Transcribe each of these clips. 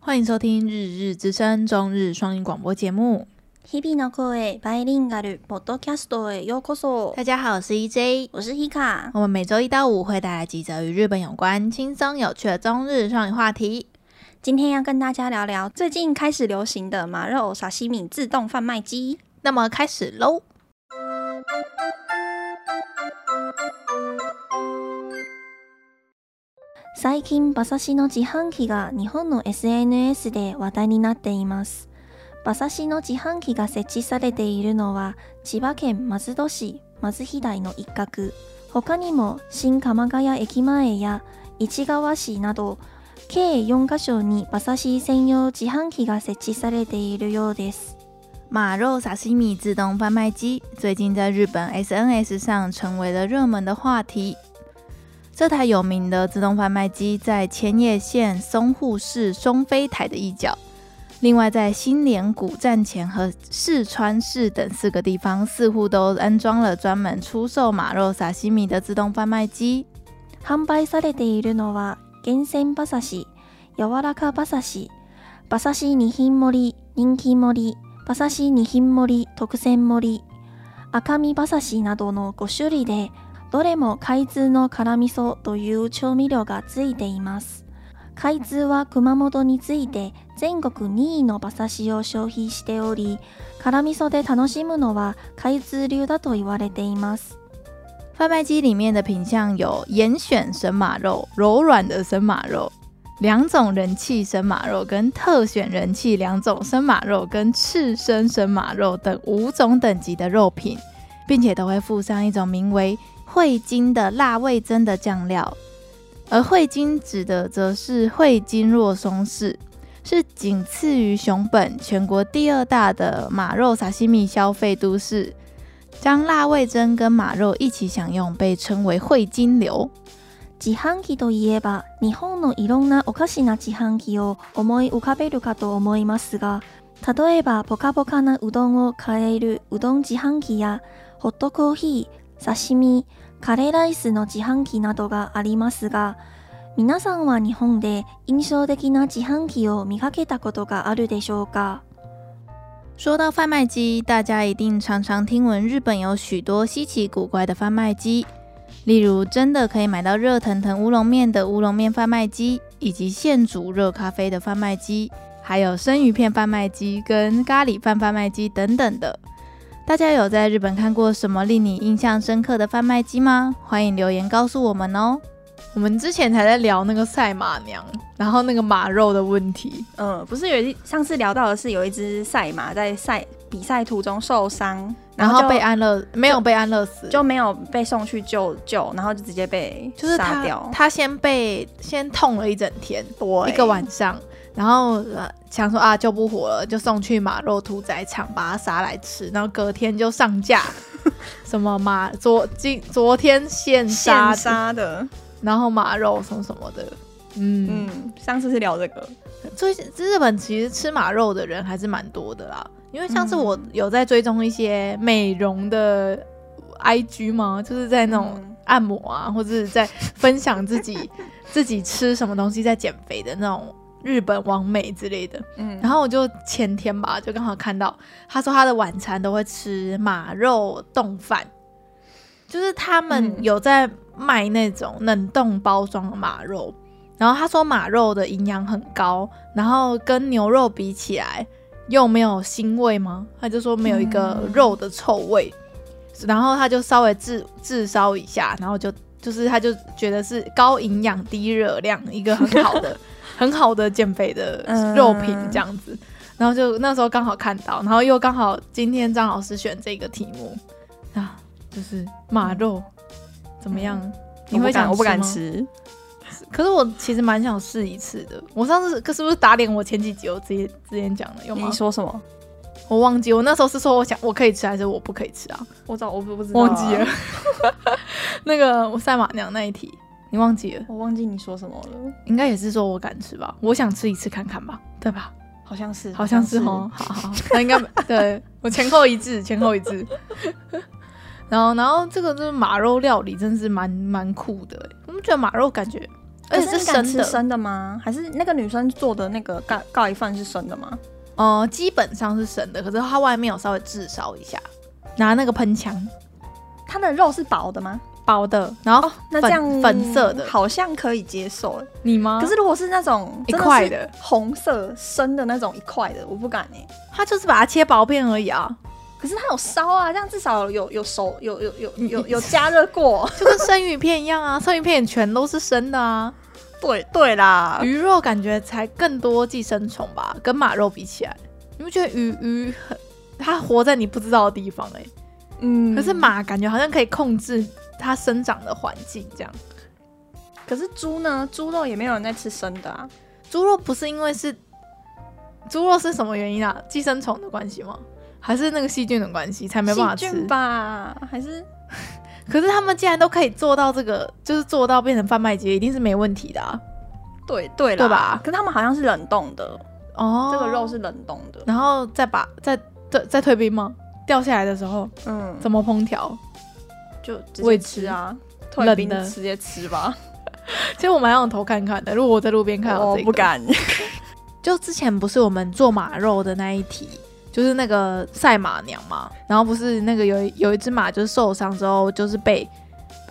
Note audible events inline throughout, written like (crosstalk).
欢迎收听《日日之声》中日双语广播节目。日々の声バイリンガルポッドキャストへようこそ。大家好，我是 E EJ。我是 Hika，我们每周一到五会带来几则与日本有关、轻松有趣的中日双语话题。今天要跟大家聊聊最近开始流行的马肉沙西米自动贩卖机。那么开始喽！最近馬刺しの自販機が日本の SNS で話題になっています。馬刺しの自販機が設置されているのは千葉県松戸市松飛台の一角。他にも新鎌ヶ谷駅前や市川市など計4カ所に馬刺し専用自販機が設置されているようです。马肉沙西米自动贩卖机最近在日本 SNS 上成为了热门的话题。这台有名的自动贩卖机在千叶县松户市松飞台的一角，另外在新连谷站前和四川市等四个地方，似乎都安装了专门出售马肉沙西米的自动贩卖机。販売されているのは厳選馬刺し、柔らか馬刺し、馬刺し二品盛り、人気盛り、馬刺し二品盛り、特選盛り、赤身馬刺しなどの5種類で、どれも開通の辛味噌という調味料がついています。開通は熊本について全国2位の馬刺しを消費しており、辛味噌で楽しむのは開通流だと言われています。贩卖机里面的品相有严选神马肉、柔软的神马肉、两种人气神马肉跟特选人气两种生马肉跟赤身神马肉等五种等级的肉品，并且都会附上一种名为汇金的辣味增的酱料，而汇金指的则是汇金若松市。是仅次于熊本全国第二大的马肉沙西米消费都市，将辣味噌跟马肉一起享用，被称为汇金流。自販機といえば日本のいろんなおかしな自販機を思い浮かべるかと思いますが例えばポカポカなうどんを買えるうどん自販機やホットコーヒー刺身カレーライスの自販機などがありますが皆さんは日本で印象的な自販機を見かけたことがあるでしょうか说到贩卖机，大家一定常常听闻日本有许多稀奇古怪的贩卖机，例如真的可以买到热腾腾乌龙面的乌龙面贩卖机，以及现煮热咖啡的贩卖机，还有生鱼片贩卖机跟咖喱饭贩卖机等等的。大家有在日本看过什么令你印象深刻的贩卖机吗？欢迎留言告诉我们哦。我们之前才在聊那个赛马娘，然后那个马肉的问题，呃，不是有一上次聊到的是有一只赛马在赛比赛途中受伤，然后后就被安乐没有被安乐死，就没有被送去救救，然后就直接被就是杀他掉，他先被先痛了一整天，对一个晚上，然后、呃、想说啊救不活了，就送去马肉屠宰场把它杀来吃，然后隔天就上 (laughs) 架。什么马昨今昨天现杀现的，杀的。然后马肉什么什么的，嗯，嗯，上次是聊这个，最日本其实吃马肉的人还是蛮多的啦，因为像是我有在追踪一些美容的 IG 嘛，就是在那种嗯按摩啊，或者是在分享自己自己吃什么东西在减肥的那种日本网美之类的。嗯，然后我就前天吧，就刚好看到他说他的晚餐都会吃马肉冻饭，就是他们嗯有在卖那种冷冻包装的马肉。然后他说马肉的营养很高，然后跟牛肉比起来又没有腥味吗？他就说没有一个嗯肉的臭味，然后他就稍微炙炙烧一下，然后就就是他就觉得是高营养低热量一个很好 (laughs) 的很好的减肥的肉品嗯这样子。然后就那时候刚好看到，然后又刚好今天张老师选这个题目啊，就是马肉怎么样？你我会不敢，想嗯我不敢吗。吃，可是我其实蛮想试一次的。我上次可是不是打脸我前几集我之前之前讲的有吗你？说什么？我忘记，我那时候是说我想我可以吃还是我不可以吃啊？我早我不不知道啊忘记了，， (laughs) 那个我赛马娘那一题你忘记了，我忘记你说什么了，应该也是说我敢吃吧？我想吃一次看看吧，对吧？好像是，好像是哦，好好，好那应该对我前后一致，前后一致。 (laughs) 然后，然后这个就是马肉料理，真是蛮蛮酷的欸。我们觉得马肉感觉而且可是你敢生吃的生的吗？还是那个女生做的那个盖盖饭是生的吗？哦、基本上是生的，可是它外面有稍微炙烧一下，拿那个喷枪它的肉是薄的吗？包的，然后哦，那这粉样粉色的好像可以接受。欸你吗？可是如果是那种一真块啊的的是红色生的那种一块的，我不敢哎、它就是把它切薄片而已啊，可是它有烧啊，这样至少有有熟，有有有嗯有有加热过。就跟生鱼片一样啊， (laughs) 生鱼片全都是生的啊， (laughs) 对对啦，鱼肉感觉才更多寄生虫吧，跟马肉比起来，你不觉得鱼鱼很它活在你不知道的地方哎、嗯可是马感觉好像可以控制它生长的环境这样。可是猪呢？猪肉也没有人在吃生的啊。猪肉不是因为是猪肉是什么原因啊？寄生虫的关系吗？还是那个细菌的关系才没办法细吃菌？吧？还是可是他们既然都可以做到这个，就是做到变成贩卖机，一定是没问题的啊。对对啦，对吧可是他们好像是冷冻的，哦这个肉，是冷冻的。然后再把再再再退冰吗？掉下来的时候嗯，怎么烹调？ (laughs) 就直我接也吃吃啊？冷退冰的直接吃吧。其实我蛮想偷看看的，如果我在路边看到我这个，不。敢。就之前不是我们做马肉的那一题，就是那个赛马娘嘛，然后不是那个有一有一只马就是受伤之后，就是被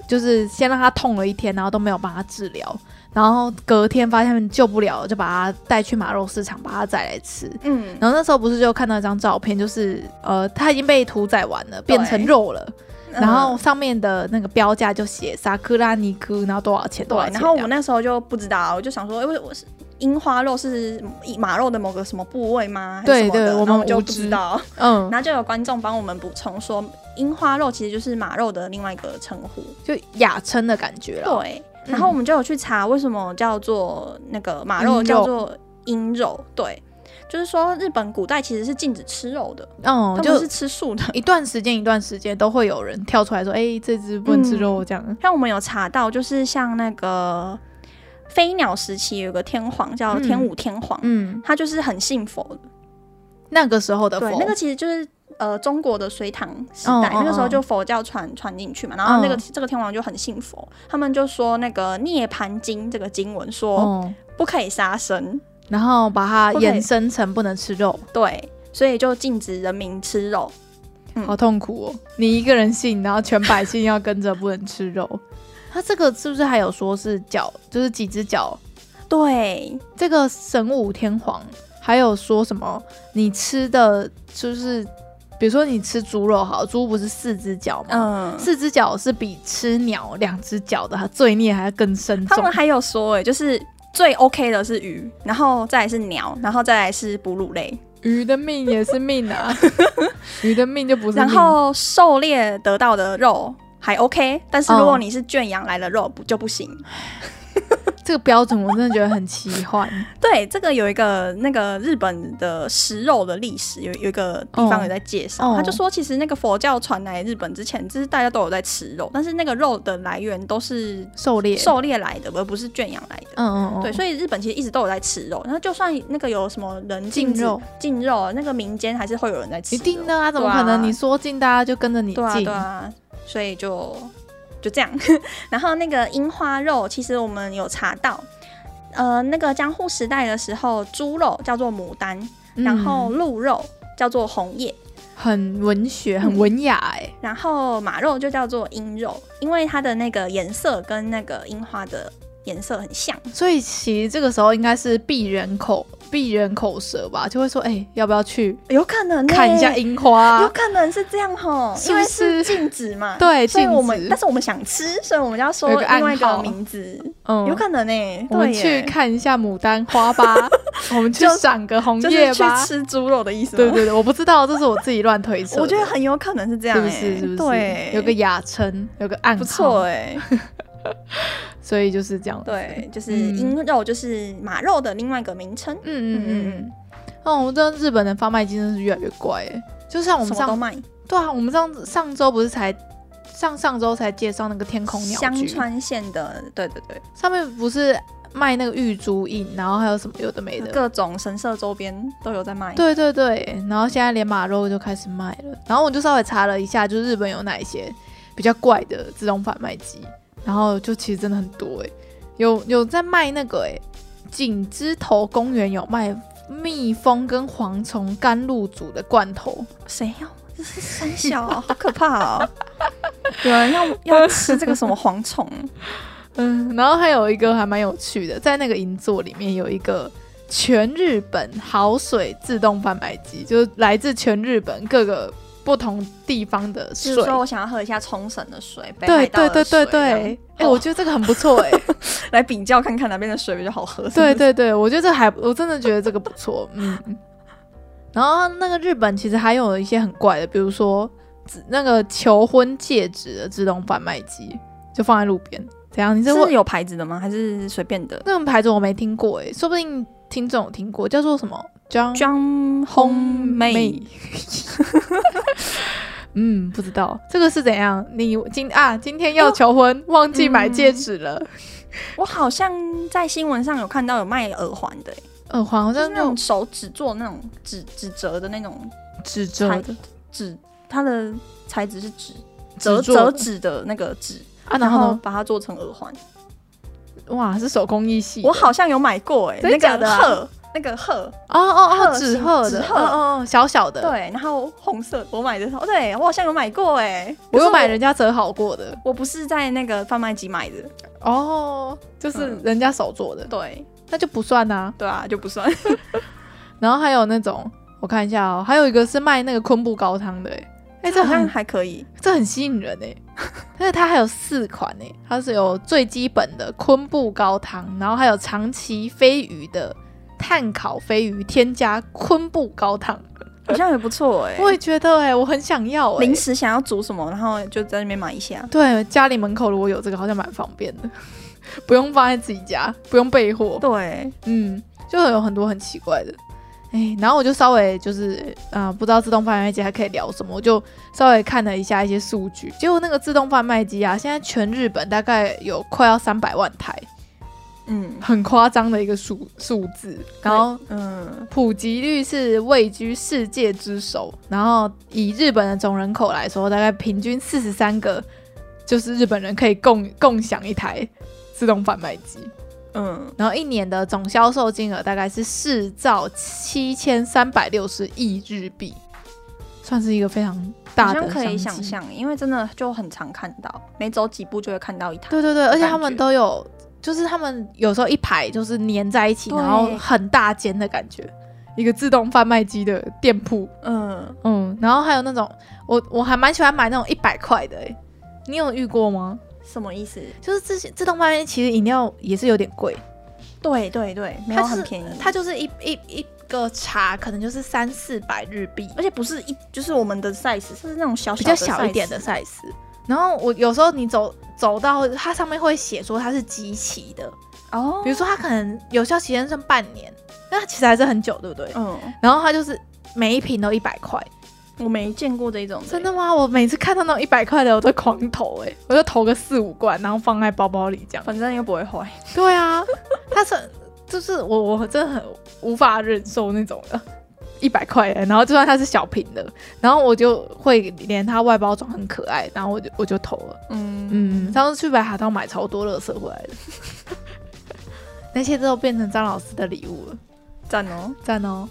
就是先让它痛了一天，然后都没有帮它治疗，然后隔天发现他们救不了，就把它带去马肉市场把它宰来吃。 (laughs) 嗯，然后那时候不是就看到一张照片，就是呃，它已经被屠宰完了，变成肉了。嗯然后上面的那个标价就写萨克拉尼科，然后多少钱嗯多对少，钱这样。然后我那时候就不知道，我就想说，因为我是樱花肉是马肉的某个什么部位吗？还是对什么的对然后我们我就无不知知道。嗯然，后就有观众帮我们补充说，樱花肉其实就是马肉的另外一个称呼。就雅称的感觉嗯了。对，然后我们就有去查为什么叫做那个马肉鹰肉叫做鹰肉，对，就是说日本古代其实是禁止吃肉的，嗯他，们就是吃素的。 (laughs) 一段时间一段时间都会有人跳出来说，哎、这只不能吃肉这样。像我们有查到，就是像那个飞鸟时期有个天皇叫嗯天武天皇，嗯，他就是很信佛的，那个时候的对佛，，那个其实就是。呃，中国的隋唐时哦代，哦那个时候哦就佛教传传进去嘛，然后那个、嗯这个天王就很信佛，他们就说那个《涅盘经》这个经文说、哦、不可以杀生，然后把它 OK 嗯延伸成不能吃肉，对，所以就禁止人民吃肉。嗯好痛苦哦！你一个人信，然后全百姓要跟着不能吃肉。他这个是不是还有说是脚，就是几只脚？对，这个神武天皇还有说什么？你吃的就是，比如说你吃猪肉好，猪不是四只脚吗？嗯，四只脚是比吃鸟两只脚的罪孽还要更深他重们。还有说、欸，哎，就是最 OK 的是鱼，然后再来是鸟，然后再来是哺乳类，鱼的命也是命 (laughs) 啊，鱼的命就不是命。然后狩猎得到的肉还 OK，但是如果哦你是圈养来的肉不就不行。这个标准我真的觉得很奇幻。 (laughs) 对，这个有一个那个日本的食肉的历史，有有一个地方哦有在介绍，哦他就说其实那个佛教传来日本之前，就是大家都有在吃肉，但是那个肉的来源都是狩猎，狩猎来的，而不是圈养来的。嗯嗯嗯，对，所以日本其实一直都有在吃肉，然后就算那个有什么人禁禁止肉禁肉，啊那个民间还是会有人在吃一肉，定的啊，怎么可能？你说进大家就跟着你对啊进对，啊，所以就就这样。 (laughs) 然后那个樱花肉，其实我们有查到，呃，那个江户时代的时候，猪肉叫做牡丹，嗯然后鹿肉叫做红叶，很文学，嗯很文雅哎。然后马肉就叫做樱肉，因为它的那个颜色跟那个樱花的颜色很像。所以其实这个时候应该是避人口避人口舌吧，就会说，哎，要不要去有可能、欸、看一下樱花有？可能是这样吼，是因不为是是禁止嘛，对所以我们禁止但是我们想吃，所以我们要说有一个暗另外一个号名字，嗯有可能诶、我们对耶去看一下牡丹花 (laughs) 吧，我们去就赏个红就是叶去吧。吃猪肉的意思吗？ (laughs) 对对对，我不知道，这是我自己乱推测的。我觉得很有可能是这是样不诶、是？是不是？对，有个雅称，有个暗号，不错诶、所以就是这样。，对，就是嗯鹰肉，就是马肉的另外一个名称，嗯嗯嗯嗯嗯。哦，我真的日本的贩卖机真的是越来越怪哎，就像我什们么都上卖，对啊，我们上上周不是才上上周才介绍那个天空鸟香居，川县的，对对对，上面不是卖那个玉珠印，然后还有什么有的没的。各种神社周边都有在卖。对对对，然后现在连马肉就开始卖了，然后我就稍微查了一下，就是日本有哪一些比较怪的自动贩卖机，然后就其实真的很多哎、有有在卖那个哎、锦枝头公园有卖蜜蜂跟蝗虫甘露煮的罐头，谁要？这是三小、好可怕 (laughs) 哦！有人要要吃这个什么蝗虫？嗯，然后还有一个还蛮有趣的，在那个银座里面有一个全日本好水自动贩卖机，就是来自全日本各个不同地方的就水是。说我想要喝一下冲绳的水，北对海道对的对对水对，哎、这样我觉得这个很不错 (laughs) 哎、哦来比较看看哪边的水比较好喝。对对对，我觉得这还我真的觉得这个不错，嗯。然后那个日本其实还有一些很怪的，比如说只那个求婚戒指的自动贩卖机，就放在路边。怎样？你是是不是问有牌子的吗？还是随便的那种牌子我没听过哎、说不定听众有听过，叫做什么 John ？John (laughs) Homemade，嗯，不知道这个是怎样。你今啊今天哎要求婚，忘记买戒指了，嗯我好像在新闻上有看到有卖耳环的、欸，耳环好就是像那那种种手指做的那种指指折的那种指折材的纸，它的材质是纸折纸做的折纸的那个纸，啊，然然后后把它做成耳环。呢哇是手工艺系的，我好像有买过哎、真的那假的个啊鹤，那个鹤，哦哦哦鹤纸形鹤纸的，鹤哦哦哦小小的，对，，然后红色，我买的时候，对我好像有买过哎、我可是有买人家折好过的我不是在那个贩卖机买的，哦，就是嗯人家手做的，对那就不算啊。对啊，就不算。然后还有那种我看一下哦，还有一个是卖那个昆布高汤的、欸，哎、 (laughs) 这好像很还可以，这很吸引人哎、 (laughs) 而且它还有四款哎、它是有最基本的昆布高汤，然后还有长崎飞鱼的炭烤飞鱼，添加昆布高汤。好像也不错哎、我也觉得哎、我很想要哎、临时想要煮什么，然后就在那边买一下。对，家里门口如果有这个，好像蛮方便的， (laughs) 不用放在自己家，不用备货。对，嗯，就有很多很奇怪的。哎，然后我就稍微就是啊、呃不知道自动贩卖机还可以聊什么，我就稍微看了一下一些数据。结果那个自动贩卖机啊，现在全日本大概有快要三百万台，嗯，很夸张的一个数数字。然后嗯，普及率是位居世界之首，然后以日本的总人口来说，大概平均四十三个，就是日本人可以共共享一台自动贩卖机。嗯，然后一年的总销售金额大概是四兆七千三百六十亿日币，算是一个非常大好的像可以商想机。象，因为真的就很常看到，每走几步就会看到一台。对对对，而且感他们觉都有，就是他们有时候一排就是粘在一起，对然后很大间的感觉，一个自动贩卖机的店铺。嗯，嗯，然后还有那种，我我还蛮喜欢买那种一百块的、欸，你有遇过吗？什么意思？就是这些自动贩卖机其实饮料也是有点贵，对对对，没有它是很便宜，它就是一一一个茶可能就是三四百日币，而且不是一就是我们的 size，是那种小比小较的小一点的 size。 size。然后我有时候你走走到它上面会写说它是集齐的，哦，比如说它可能有效期限剩半年，那它其实还是很久，对不对？嗯，然后它就是每一瓶都一百块，我没见过这种，真的，吗？我每次看到那种一百块的，我都狂投哎、欸我就投个四五罐，然后放在包包里这样。反正又不会坏。对啊，它是就是我我真的很无法忍受那种的。一百块欸的，然后就算它是小瓶的，然后我就会连它外包装很可爱，然后我就我就投了。嗯嗯，上次去白海涛买超多垃圾回来的， (laughs) 那些都变成张老师的礼物了，赞哦，赞 (laughs) 哦。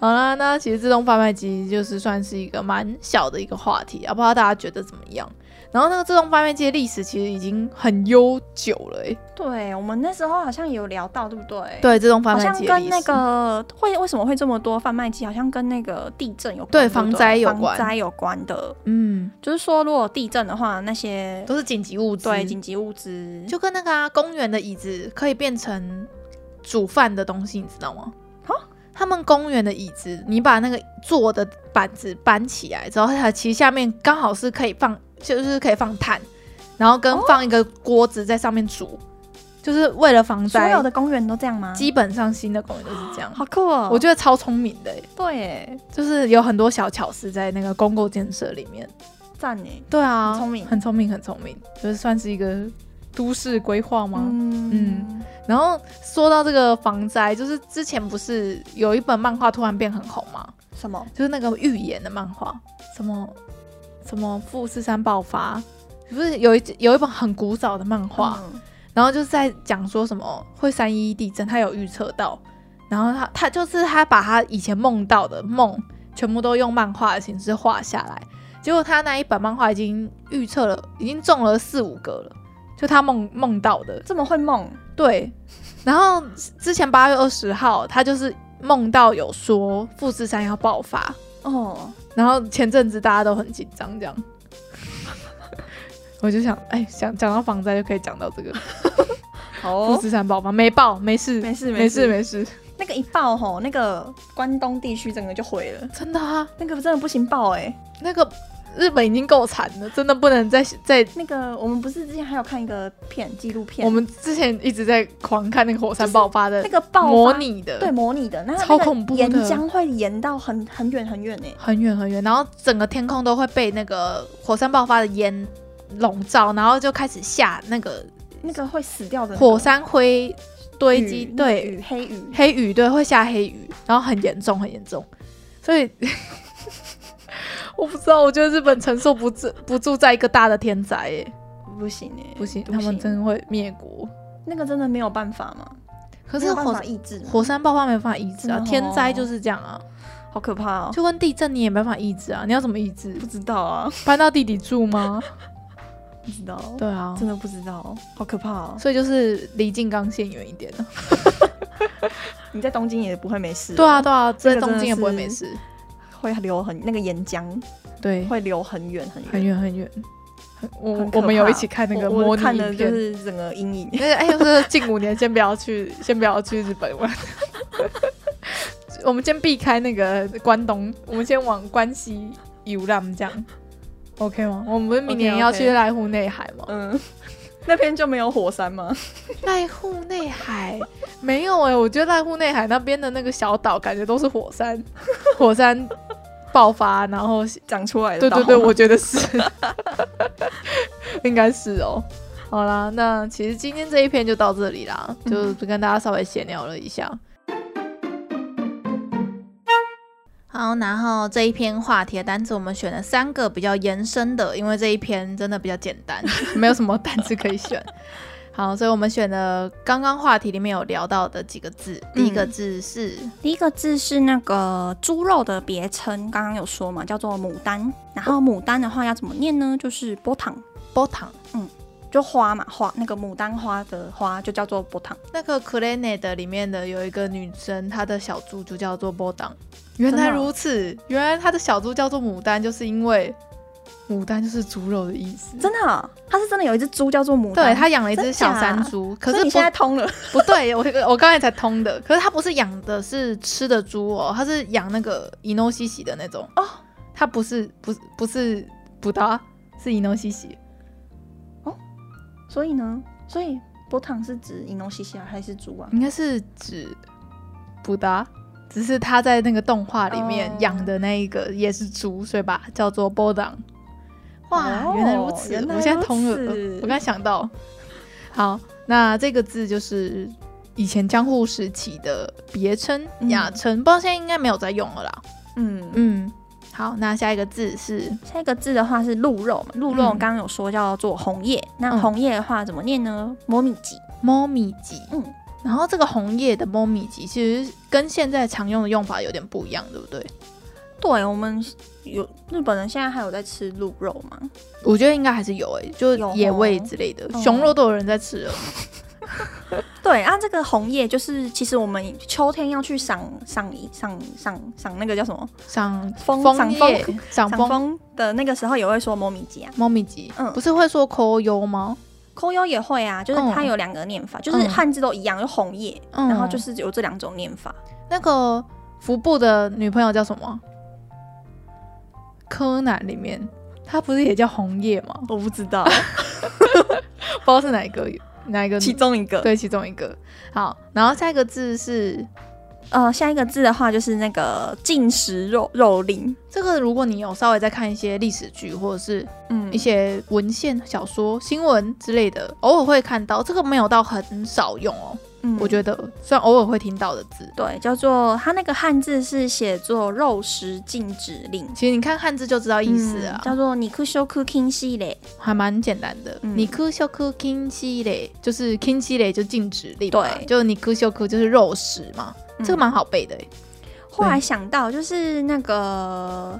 好啦，那其实自动贩卖机就是算是一个蛮小的一个话题啊，不知道大家觉得怎么样？然后那个自动贩卖机的历史其实已经很悠久了、欸，对我们那时候好像有聊到，对不对？。对，自动贩好卖像机的历跟史那个会为什么会这么多贩卖机，好像跟那个地震有关，对不防灾有防关灾有关的，嗯，就是说如果有地震的话，那些都是紧急物资，对紧急物资就跟那个啊，公园的椅子可以变成煮饭的东西，你知道吗哈？他们公园的椅子，你把那个坐的板子搬起来之后，它其实下面刚好是可以放，就是可以放炭，然后跟哦放一个锅子在上面煮，就是为了防所灾有。的公园都这样吗？基本上新的公园都是这样，好酷哦！我觉得超聪明的欸，得对，哎，就是有很多小巧思在那个公共建设里面。赞哎，对啊，很聪明很聪明，很聪明，就是算是一个都市规划吗？嗯然后说到这个防灾，就是之前不是有一本漫画突然变很红吗？什么？就是那个预言的漫画，什么什么富士山爆发，不是有一有一本很古早的漫画，嗯然后就是在讲说什么会三一一地震，他有预测到，然后他他就是他把他以前梦到的梦全部都用漫画的形式画下来，结果他那一本漫画已经预测了，已经中了四五个了，就他梦梦到的，这么会梦，对，然后之前八月二十号，他就是梦到有说富士山要爆发，哦，然后前阵子大家都很紧张，这样， (laughs) 我就想，哎，想讲到防灾就可以讲到这个、好富士山爆发，没爆，没事，哦没事没没事没事，那个一爆吼，那个关东地区整个就毁了，真的啊，那个真的不行爆哎、那个日本已经够惨了，真的不能再再。那个我们不是之前还有看一个片纪录片，我们之前一直在狂看那个火山爆发的那个爆发模拟的，对模拟的，那超恐怖的岩浆会延到很很远很远哎、很远很远，然后整个天空都会被那个火山爆发的烟笼罩，然后就开始下那个那个会死掉的、那个、火山灰堆积，雨对，雨黑雨，黑雨，对，会下黑雨，然后很严重，很严重，所以 (laughs) 我不知道，我觉得日本承受不住不住在一个大的天灾，耶，不行哎、不行，他们真的会灭国。那个真的没有办法嘛，可没是有办火法抑制嘛，火山爆发没办法抑制啊，真的哦天灾就是这样啊，好可怕哦，就跟地震你也没办法抑制啊，你要怎么抑制 (laughs) 不？知道啊，搬到地底住吗？不知道，对啊，真的不知道，好可怕哦，所以就是离静冈县远一点的。你在东京也不会没事，对啊，，对啊，这在个东京也不会真的没是事。会流很那个岩浆对，会流很远很很远。远很远。很很我可我们有怕一起看那个我模我拟看的影就片是整个阴影，那个哎，就是近五年先不要去，先不要去日本玩。我们先避开那个关东，我们先往关西游览，这样 OK 吗？我们不是明年 OK，OK 要去濑户内海吗？嗯， (laughs) 那边就没有火山吗？濑户内海没有哎、我觉得濑户内海那边的那个小岛，感觉都是火山， (laughs) 火山爆发，然后长出来的对岛对对，我觉得是， (laughs) 应该是哦。好啦，那其实今天这一篇就到这里啦，就嗯跟大家稍微闲聊了一下。好，然后这一篇话题的单词，我们选了三个比较延伸的，因为这一篇真的比较简单， (laughs) 没有什么单词可以选。好，所以我们选了刚刚话题里面有聊到的几个字，第一个嗯字是第一个字是那个猪肉的别称，刚刚有说嘛，叫做牡丹。然后牡丹的话要怎么念呢？就是波糖，波糖，就花嘛，花那个牡丹花的花就叫做波糖。那个《Clanet》里面的有一个女生，她的小猪就叫做波当。原来真的哦如此，原来她的小猪叫做牡丹，就是因为牡丹就是猪肉的意思。真的啊、它是真的有一只猪叫做牡丹。对，她养了一只真小假山猪，可所以是你不现在通了，不对，我我刚才才通的。可是她不是养的是吃的猪哦，她是养那个伊诺西西的那种哦。她不是不是不是布达，是伊诺西西。所以呢，所以波糖是指银龙西西啊，还是猪啊？应该是指布达，只是他在那个动画里面哦养的那一个也是猪，所以把它叫做波当。哇，哦原来如此！原来我现在通了如此，我刚想到。好，那这个字就是以前江户时期的别称、嗯雅称，不知道现在应该没有在用了啦。嗯嗯，好，那下一个字是下一个字的话是鹿肉嘛，鹿肉嗯刚刚有说叫做红叶，那嗯红叶的话怎么念呢？摩米吉，猫咪吉。嗯，然后这个红叶的猫咪吉其实跟现在常用的用法有点不一样，对不对？对我们有日本人现在还有在吃鹿肉吗？我觉得应该还是有诶、就是有野味哦之类的，哦熊肉都有人在吃哦了。对啊，这个红叶就是其实我们秋天要去赏赏赏赏赏那个叫什么赏枫赏叶、赏赏枫、枫的那个时候也会说摩米吉啊，猫咪鸡，嗯不是会说抠优吗？扣优也会啊，就是嗯它有两个念法，就是嗯汉字都一样，就红叶，嗯然后就是有这两种念法。那个服部的女朋友叫什么？柯南里面她不是也叫红叶吗？ (laughs) 我不知道 (laughs) 不知道是哪一个哪一个其中一个，对其中一个。好，然后下一个字是呃，下一个字的话就是那个进食肉肉令，这个，如果你有稍微在看一些历史剧或者是嗯一些文献、小说、新闻之类的，偶尔会看到，这个没有到很少用哦。嗯我觉得虽然偶尔会听到的字，对，叫做它那个汉字是写作“肉食禁止令其实你看汉字就知道”，意思啊嗯，叫做“你酷修酷 king 系列还蛮简单的。嗯你哭修哭 king 系嘞，就是 king 系嘞就禁止令嘛，对就你哭修哭就是肉食嘛，”，这个蛮好背的欸。嗯。后来想到就是那个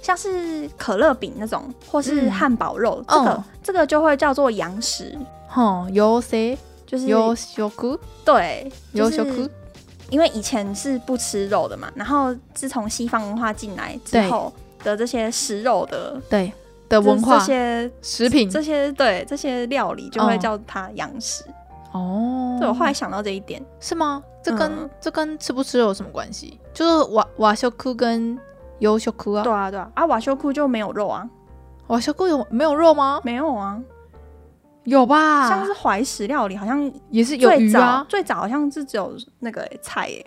像是可乐饼那种，或是嗯汉堡肉，这个、哦这个就会叫做洋食，吼，有谁就是有修哭对有就修是哭，因为以前是不吃肉的嘛，然后自从西方文化进来之对后的这些食肉的对的文这化嗯些食品这些对这些料理就会哦叫它洋食。哦，对我后来想到这一点，是吗？这跟、嗯这跟吃不吃有什么关系？就是瓦瓦修哭跟有修哭啊对，啊对啊，啊瓦修库就没有肉啊，瓦修哭有没有肉吗？没有啊，有吧，像是怀石料理好像也是有最鱼早、啊，最早好像是只有那个、欸菜、欸，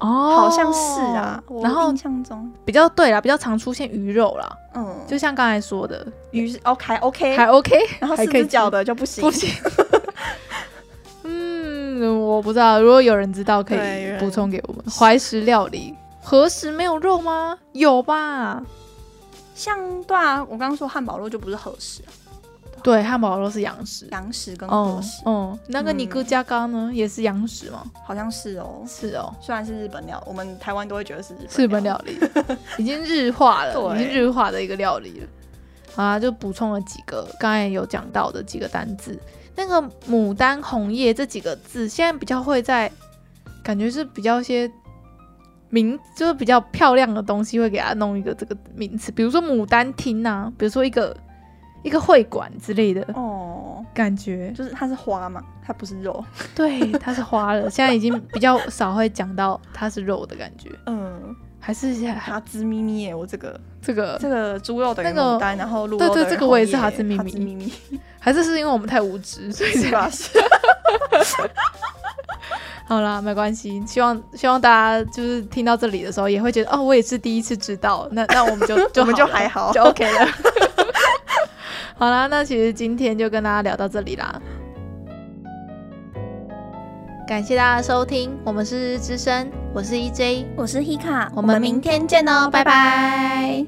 哦，好像是啊，我然后印象中，比较对啦，比较常出现鱼肉啦，嗯，就就像刚才说的，鱼是 OK OK，还 OK， (laughs) 然后还四可以只吃脚的就不行，不 (laughs) 行。嗯，我不知道，如果有人知道，可对有以人补充给我们。怀石料理，何时没有肉吗？有吧？像对啊，我刚刚说汉堡肉就不是合食、啊，对，汉堡肉是洋食。洋食跟哦合食、哦，那个尼哥加刚呢，也是洋食吗？好像是哦，是哦，虽然是日本料，我们台湾都会觉得是日日本料料 (laughs) 理已经日化了，已对经日化的一个料理了。好啊，就补充了几个刚才有讲到的几个单字，那个牡丹红叶这几个字，现在比较会在，感觉是比较一些名，就是比较漂亮的东西会给它弄一个这个名词，比如说牡丹厅啊，比如说一个一个会馆之类的哦，感觉。就是它是花嘛，它不是肉，对，它是花了，现在已经比较少会讲到它是肉的感觉，嗯，还是哈兹咪咪耶，我这个这个这个猪肉等于那个牡丹，然后鹿肉对对等于这个我也是红叶哈兹咪咪哈兹咪咪还是是因为我们太无知，所以是才吧？是好啦，没关系。希望希望大家就是听到这里的时候，也会觉得哦，我也是第一次知道。那那我们就就 (laughs) 我们好就了还好就 OK 了。 (laughs) 好啦，那其实今天就跟大家聊到这里啦。感谢大家的收听，我们是日日之声，我是 E EJ，我是 Hika，我们明天见哦，拜拜。